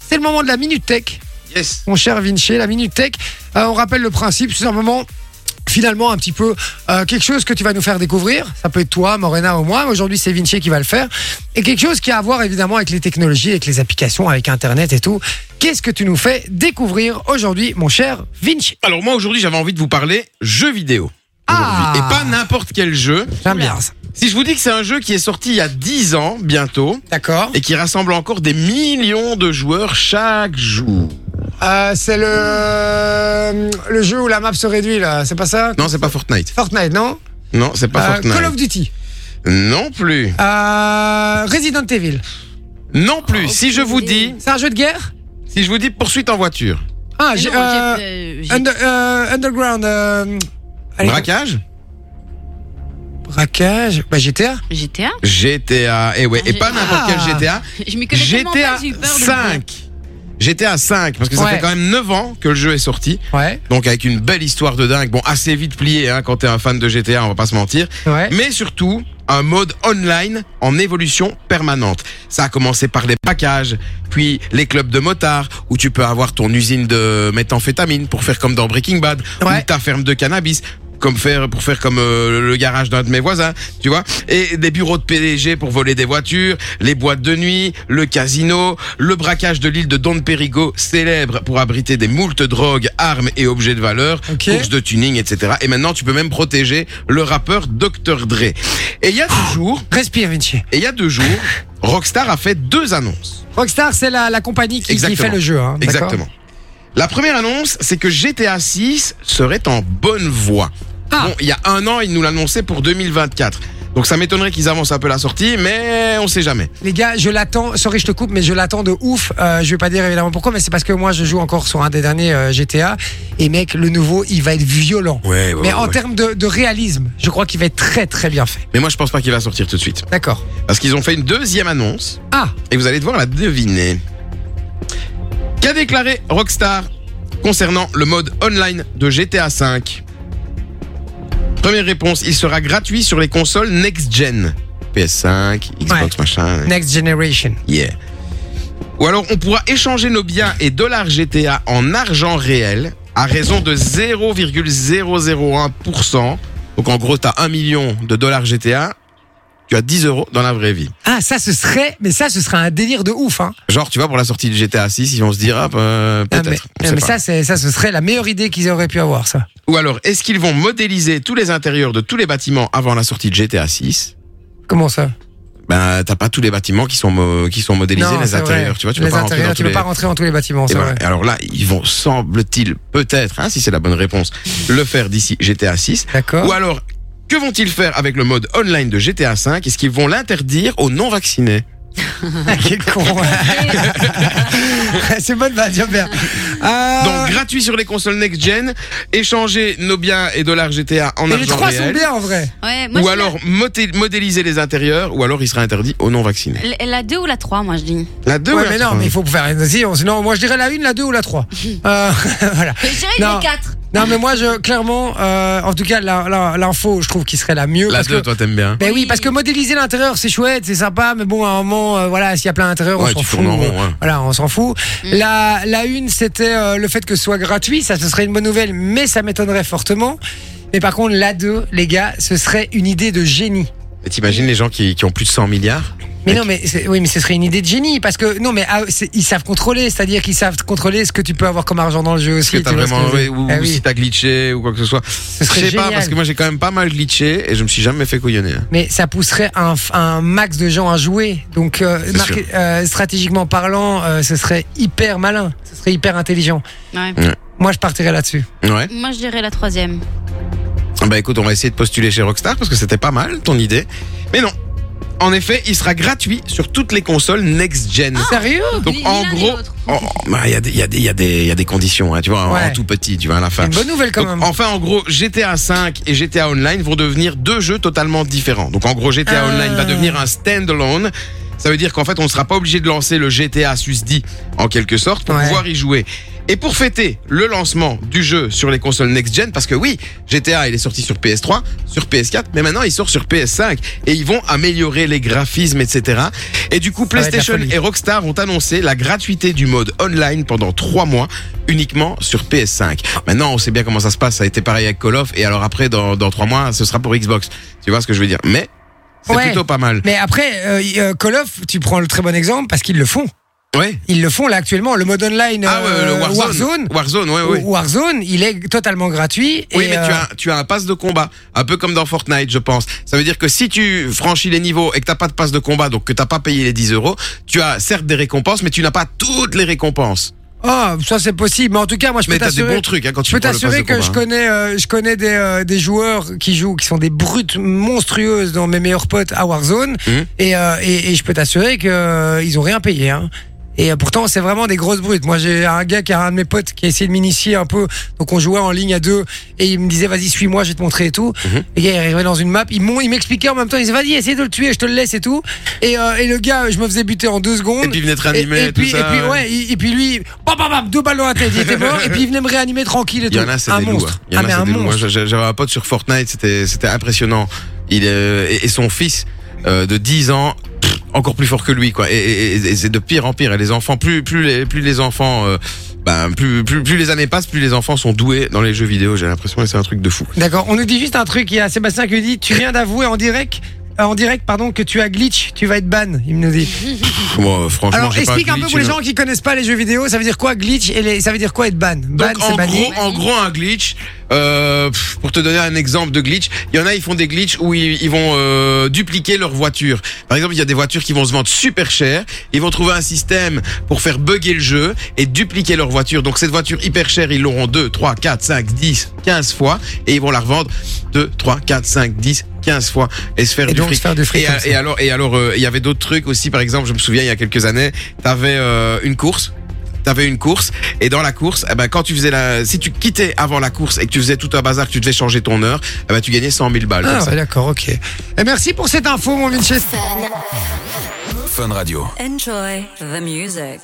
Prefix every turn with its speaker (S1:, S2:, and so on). S1: C'était le moment de la Minute Tech,
S2: Yes.
S1: mon cher Vinci. La Minute Tech, euh, on rappelle le principe, c'est simplement, finalement, un petit peu euh, quelque chose que tu vas nous faire découvrir. Ça peut être toi, Morena ou moi. Aujourd'hui, c'est Vinci qui va le faire. Et quelque chose qui a à voir, évidemment, avec les technologies, avec les applications, avec Internet et tout. Qu'est-ce que tu nous fais découvrir aujourd'hui, mon cher Vinci
S2: Alors moi aujourd'hui j'avais envie de vous parler jeux vidéo.
S1: Ah.
S2: aujourd'hui. Et pas n'importe quel jeu.
S1: J'aime bien ça.
S2: Si je vous dis que c'est un jeu qui est sorti il y a 10 ans bientôt
S1: D'accord.
S2: et qui rassemble encore des millions de joueurs chaque jour.
S1: Euh, c'est le... le jeu où la map se réduit, là. C'est pas ça
S2: Non c'est pas Fortnite.
S1: Fortnite, non
S2: Non c'est pas
S1: Euh,
S2: Fortnite.
S1: Call of Duty.
S2: Non plus.
S1: Euh, Resident Evil.
S2: Non plus.
S3: Oh,
S2: si je vous dis,
S1: C'est un jeu de guerre
S2: si je vous dis poursuite en voiture.
S1: Ah,
S3: Mais
S1: j'ai-
S3: non,
S1: euh,
S3: j'ai- euh, j'ai-
S1: Under- euh, Underground. euh, allez,
S2: Braquage.
S1: braquage. Bah, GTA.
S3: GTA
S2: GTA. Et eh ouais. Et pas n'importe quel
S1: Ah.
S2: GTA.
S3: Je m'y connais tellement
S2: GTA
S3: pas, j'ai eu peur de le dire.
S2: 5. GTA 5 parce que ça
S1: Ouais.
S2: fait quand même 9 ans que le jeu est sorti.
S1: Ouais.
S2: Donc avec une belle histoire de dingue. Bon, assez vite plié hein, quand t'es un fan de GTA, on va pas se mentir.
S1: Ouais.
S2: Mais surtout, un mode online en évolution permanente. Ça a commencé par les packages, puis les clubs de motards, où tu peux avoir ton usine de méthamphétamine pour faire comme dans Breaking Bad,
S1: Ouais.
S2: ou ta ferme de cannabis. Comme faire, pour faire comme euh, le garage d'un de mes voisins, tu vois. Et des bureaux de PDG pour voler des voitures, les boîtes de nuit, le casino, le braquage de l'île de Don Perigo, célèbre pour abriter des moultes drogues, armes et objets de valeur,
S1: Ok.
S2: courses de tuning, etc. Et maintenant, tu peux même protéger le rappeur Dr. Dre. Et il y a deux jours,
S1: Respire, Vinci.
S2: et il y a deux jours, Rockstar a fait deux annonces.
S1: Rockstar, c'est la, la compagnie qui, qui
S2: Exactement.
S1: fait le jeu. hein, d'accord
S2: Exactement. La première annonce, c'est que GTA 6 serait en bonne voie.
S1: Ah.
S2: Bon, il y a un an, ils nous l'annonçaient pour 2024. Donc ça m'étonnerait qu'ils avancent un peu la sortie, mais on sait jamais.
S1: Les gars, je l'attends. Sorry, je te coupe, mais je l'attends de ouf. Euh, je vais pas dire évidemment pourquoi, mais c'est parce que moi, je joue encore sur un des derniers euh, GTA. Et mec, le nouveau, il va être violent.
S2: Ouais, ouais,
S1: mais
S2: ouais,
S1: en
S2: ouais.
S1: termes de, de réalisme, je crois qu'il va être très, très bien fait.
S2: Mais moi, je pense pas qu'il va sortir tout de suite.
S1: D'accord.
S2: Parce qu'ils ont fait une deuxième annonce,
S1: Ah,
S2: et vous allez devoir la deviner. Qu'a déclaré Rockstar concernant le mode online de GTA V Première réponse, il sera gratuit sur les consoles next-gen. PS5, Xbox,
S1: Ouais.
S2: machin.
S1: Next Generation.
S2: Yeah. Ou alors, on pourra échanger nos biens et dollars GTA en argent réel à raison de 0,001%. Donc, en gros, tu as 1 million de dollars GTA, tu as 10 euros dans la vraie vie.
S1: Ah, ça, ce serait, mais ça, ce serait un délire de ouf, hein.
S2: Genre, tu vois, pour la sortie de GTA 6, ils vont se dire, ah, euh,
S1: Ah,
S2: peut-être. on
S1: mais,
S2: sait
S1: mais
S2: pas.
S1: ça, c'est, ça, ce serait la meilleure idée qu'ils auraient pu avoir, ça.
S2: Ou alors, est-ce qu'ils vont modéliser tous les intérieurs de tous les bâtiments avant la sortie de GTA 6
S1: Comment ça
S2: Ben, t'as pas tous les bâtiments qui sont, mo- qui sont modélisés,
S1: Non,
S2: les
S1: c'est vrai.
S2: intérieurs, tu vois, tu
S1: les
S2: peux pas rentrer
S1: intérieurs,
S2: dans
S1: tu
S2: tous
S1: peux
S2: les...
S1: pas rentrer dans tous les bâtiments,
S2: Et
S1: c'est
S2: voilà.
S1: vrai.
S2: Et alors là, ils vont, semble-t-il, peut-être, hein, si c'est la bonne réponse, le faire d'ici GTA 6.
S1: D'accord.
S2: Ou alors, que vont-ils faire avec le mode online de GTA 5 Est-ce qu'ils vont l'interdire aux non-vaccinés
S1: Quel con. c'est bonne vanne, j'aime bien. Euh,
S2: Donc, gratuit sur les consoles next-gen, échanger nos biens et dollars GTA en
S1: mais les
S2: argent
S1: trois sont
S2: réel.
S1: bien, en vrai.
S3: Ouais, moi,
S2: ou
S3: je suis
S2: alors moté- modéliser les intérieurs, ou alors il sera interdit aux non-vaccinés.
S3: La, la- la 2 ou la 3, moi, je dis.
S2: La hein, 2
S1: Ouais, mais non, mais il faut faire. si, on- Sinon, moi, je dirais la une, la deux ou la trois. Euh, voilà.
S3: Je dirais
S1: Non.
S3: les 4.
S1: Non, mais moi, je, clairement, euh, en tout cas, la- la- l'info, je trouve qu'il serait la mieux.
S2: La
S1: parce
S2: 2,
S1: que,
S2: toi t'aimes bien.
S1: ben oui,
S3: Oui.
S1: parce que modéliser l'intérieur, c'est chouette, c'est sympa, mais bon, à un moment, euh, voilà, s'il y a plein d'intérieur,
S2: Ouais,
S1: on s'en
S2: tu
S1: fout. euh,
S2: tournes en rond, ouais.
S1: Voilà, on s'en fout. La, la une, c'était euh, le fait que ce soit gratuit, ça ce serait une bonne nouvelle, mais ça m'étonnerait fortement. Mais par contre, la 2, les gars, ce serait une idée de génie.
S2: Et T'imagines les gens qui, qui ont plus de 100 milliards
S1: Mais non, mais c'est- oui, mais ce serait une idée de génie parce que non, mais ah, c'est- ils savent contrôler, c'est-à-dire qu'ils savent contrôler ce que tu peux avoir comme argent dans le jeu
S2: Est-ce que
S1: aussi.
S2: t'as
S1: tu vois ce que
S2: vraiment.
S1: je veux
S2: ouais,
S1: dire
S2: Ou,
S1: Eh
S2: ou si
S1: oui.
S2: t'as glitché ou quoi que ce soit.
S1: Ce
S2: Je
S1: serait
S2: sais pas,
S1: génial.
S2: parce que moi j'ai quand même pas mal glitché et je me suis jamais fait couillonner. hein.
S1: Mais ça pousserait un, un max de gens à jouer. Donc, euh,
S2: C'est
S1: marque-
S2: sûr.
S1: euh, stratégiquement parlant, euh, ce serait hyper malin, ce serait hyper intelligent.
S3: Ouais.
S1: Moi, je partirais là-dessus.
S2: Ouais.
S3: Moi, je dirais la troisième.
S2: Bah écoute, on va essayer de postuler chez Rockstar parce que c'était pas mal ton idée. Mais non. En effet, il sera gratuit sur toutes les consoles next-gen.
S1: Sérieux
S2: Donc
S3: Ni- ni
S2: en
S3: l'un ni
S2: gros,
S3: l'autre.
S2: oh, oh, bah, il y, a des- il y, a des- il y, a des- il y a des conditions, hein, tu vois, en-
S1: Ouais.
S2: en tout petit, tu vois, à la fin.
S1: Une bonne nouvelle quand
S2: Donc,
S1: même.
S2: Enfin, en gros, GTA 5 et GTA Online vont devenir deux jeux totalement différents. Donc, en gros, GTA
S1: Ah.
S2: Online va devenir un standalone. Ça veut dire qu'en fait, on ne sera pas obligé de lancer le GTA susdit en quelque sorte pour
S1: Ouais.
S2: pouvoir y jouer. Et pour fêter le lancement du jeu sur les consoles next-gen, parce que oui, GTA il est sorti sur PS3, sur PS4, mais maintenant il sort sur PS5 et ils vont améliorer les graphismes, etc. Et du coup,
S1: va être la
S2: PlayStation
S1: folie.
S2: et Rockstar ont annoncé la gratuité du mode online pendant trois mois uniquement sur PS5. Maintenant, on sait bien comment ça se passe. Ça a été pareil avec Call of et alors après, dans dans trois mois, ce sera pour Xbox. Tu vois ce que je veux dire Mais c'est
S1: Ouais.
S2: plutôt pas mal.
S1: Mais après, euh, y- euh, Call of, tu prends le très bon exemple parce qu'ils le font.
S2: Ouais.
S1: Ils le font là actuellement. Le mode online
S2: Ah ouais,
S1: euh,
S2: le Warzone.
S1: Warzone,
S2: Warzone, ouais, ouais.
S1: Warzone, il est totalement gratuit.
S2: Oui,
S1: et,
S2: mais tu,
S1: euh,
S2: as, tu as un pass de combat, un peu comme dans Fortnite, je pense. Ça veut dire que si tu franchis les niveaux et que t'as pas de pass de combat, donc que t'as pas payé les 10 euros, tu as certes des récompenses, mais tu n'as pas toutes les récompenses.
S1: Ah, ça c'est possible. Mais en tout cas, moi je
S2: mais
S1: peux
S2: t'as des
S1: t'assurer.
S2: bons trucs hein, quand tu
S1: Je peux
S2: prends le pass
S1: t'assurer
S2: de
S1: que
S2: combat,
S1: je
S2: hein.
S1: connais, euh, je connais des, euh, des joueurs qui jouent, qui sont des brutes monstrueuses dans mes meilleurs potes à Warzone.
S2: Mhm.
S1: Et, euh, et, et je peux t'assurer que euh, ils ont rien payé. Hein. Et euh, pourtant, c'est vraiment des grosses brutes. Moi, j'ai un gars qui a un de mes potes qui a essayé de m'initier un peu. Donc, on jouait en ligne à deux et il me disait, vas-y, suis-moi, je vais te montrer et tout.
S2: Mhm.
S1: Et il arrivait dans une map. Ils m'ont- ils m'expliquaient en même temps. Ils disaient, vas-y, essaye de le tuer, je te le laisse et tout. Et, euh, et le gars, je me faisais buter en deux secondes.
S2: Et puis il venait te réanimer,
S1: Et, et puis,
S2: tout ça.
S1: et puis, ouais, et, et puis lui, bam, bam, bam, deux balles dans la tête, il était mort. et puis il venait me réanimer tranquille et
S2: Il
S1: tout.
S2: y en a, c'est
S1: un
S2: des loups. hein.
S1: monstre.
S2: Il y
S1: ah,
S2: en a,
S1: mais
S2: c'est
S1: un
S2: des loups. Moi,
S1: monstre.
S2: j'ai- j'avais un pote sur Fortnite, c'était, c'était impressionnant. Il, euh, et, et son fils euh, de 10 ans, pff, encore plus fort que lui, quoi. Et, et- et- et c'est de pire en pire. Et les enfants, plus, plus, les, plus les enfants, euh, ben, plus, plus, plus les années passent, plus les enfants sont doués dans les jeux vidéo. J'ai l'impression que c'est un truc de fou.
S1: D'accord, on nous dit juste un truc. Il y a Sébastien qui nous dit Tu viens d'avouer en direct. euh, En direct, pardon, que tu as glitch, tu vas être ban, il me dit.
S2: Pff, Bon, euh, franchement,
S1: Alors,
S2: j'ai pas
S1: explique un peu
S2: glitch,
S1: pour les
S2: non.
S1: gens qui connaissent pas les jeux vidéo, ça veut dire quoi glitch et les- ça veut dire quoi être ban Ban,
S2: Donc
S1: c'est
S2: en
S1: banni.
S2: gros, en gros un glitch. euh, pff, pour te donner un exemple de glitch, il y en a ils font des glitches où ils, ils vont euh, dupliquer leur voiture. Par exemple, il y a des voitures qui vont se vendre super cher. Ils vont trouver un système pour faire bugger le jeu et dupliquer leur voiture. Donc cette voiture hyper chère, ils l'auront 2, 3, 4, 5, 10, 15 fois et ils vont la revendre 2, 3, 4, 5, 10, 15 fois et se faire
S1: Et
S2: du
S1: donc
S2: fric.
S1: se faire du fric
S2: Et,
S1: comme
S2: a-
S1: ça.
S2: et alors, et alors, euh, il y avait d'autres trucs aussi. Par exemple, je me souviens il y a quelques années, t'avais euh, une course. T'avais une course et dans la course, eh ben quand tu faisais la, si tu quittais avant la course et que tu faisais tout un bazar, que tu devais changer ton heure, eh ben tu gagnais 100 000 balles. comme
S1: Ah,
S2: ça.
S1: ouais, d'accord, ok. Et merci pour cette info, mon Vinci.
S4: Fun Radio.
S5: Enjoy the music.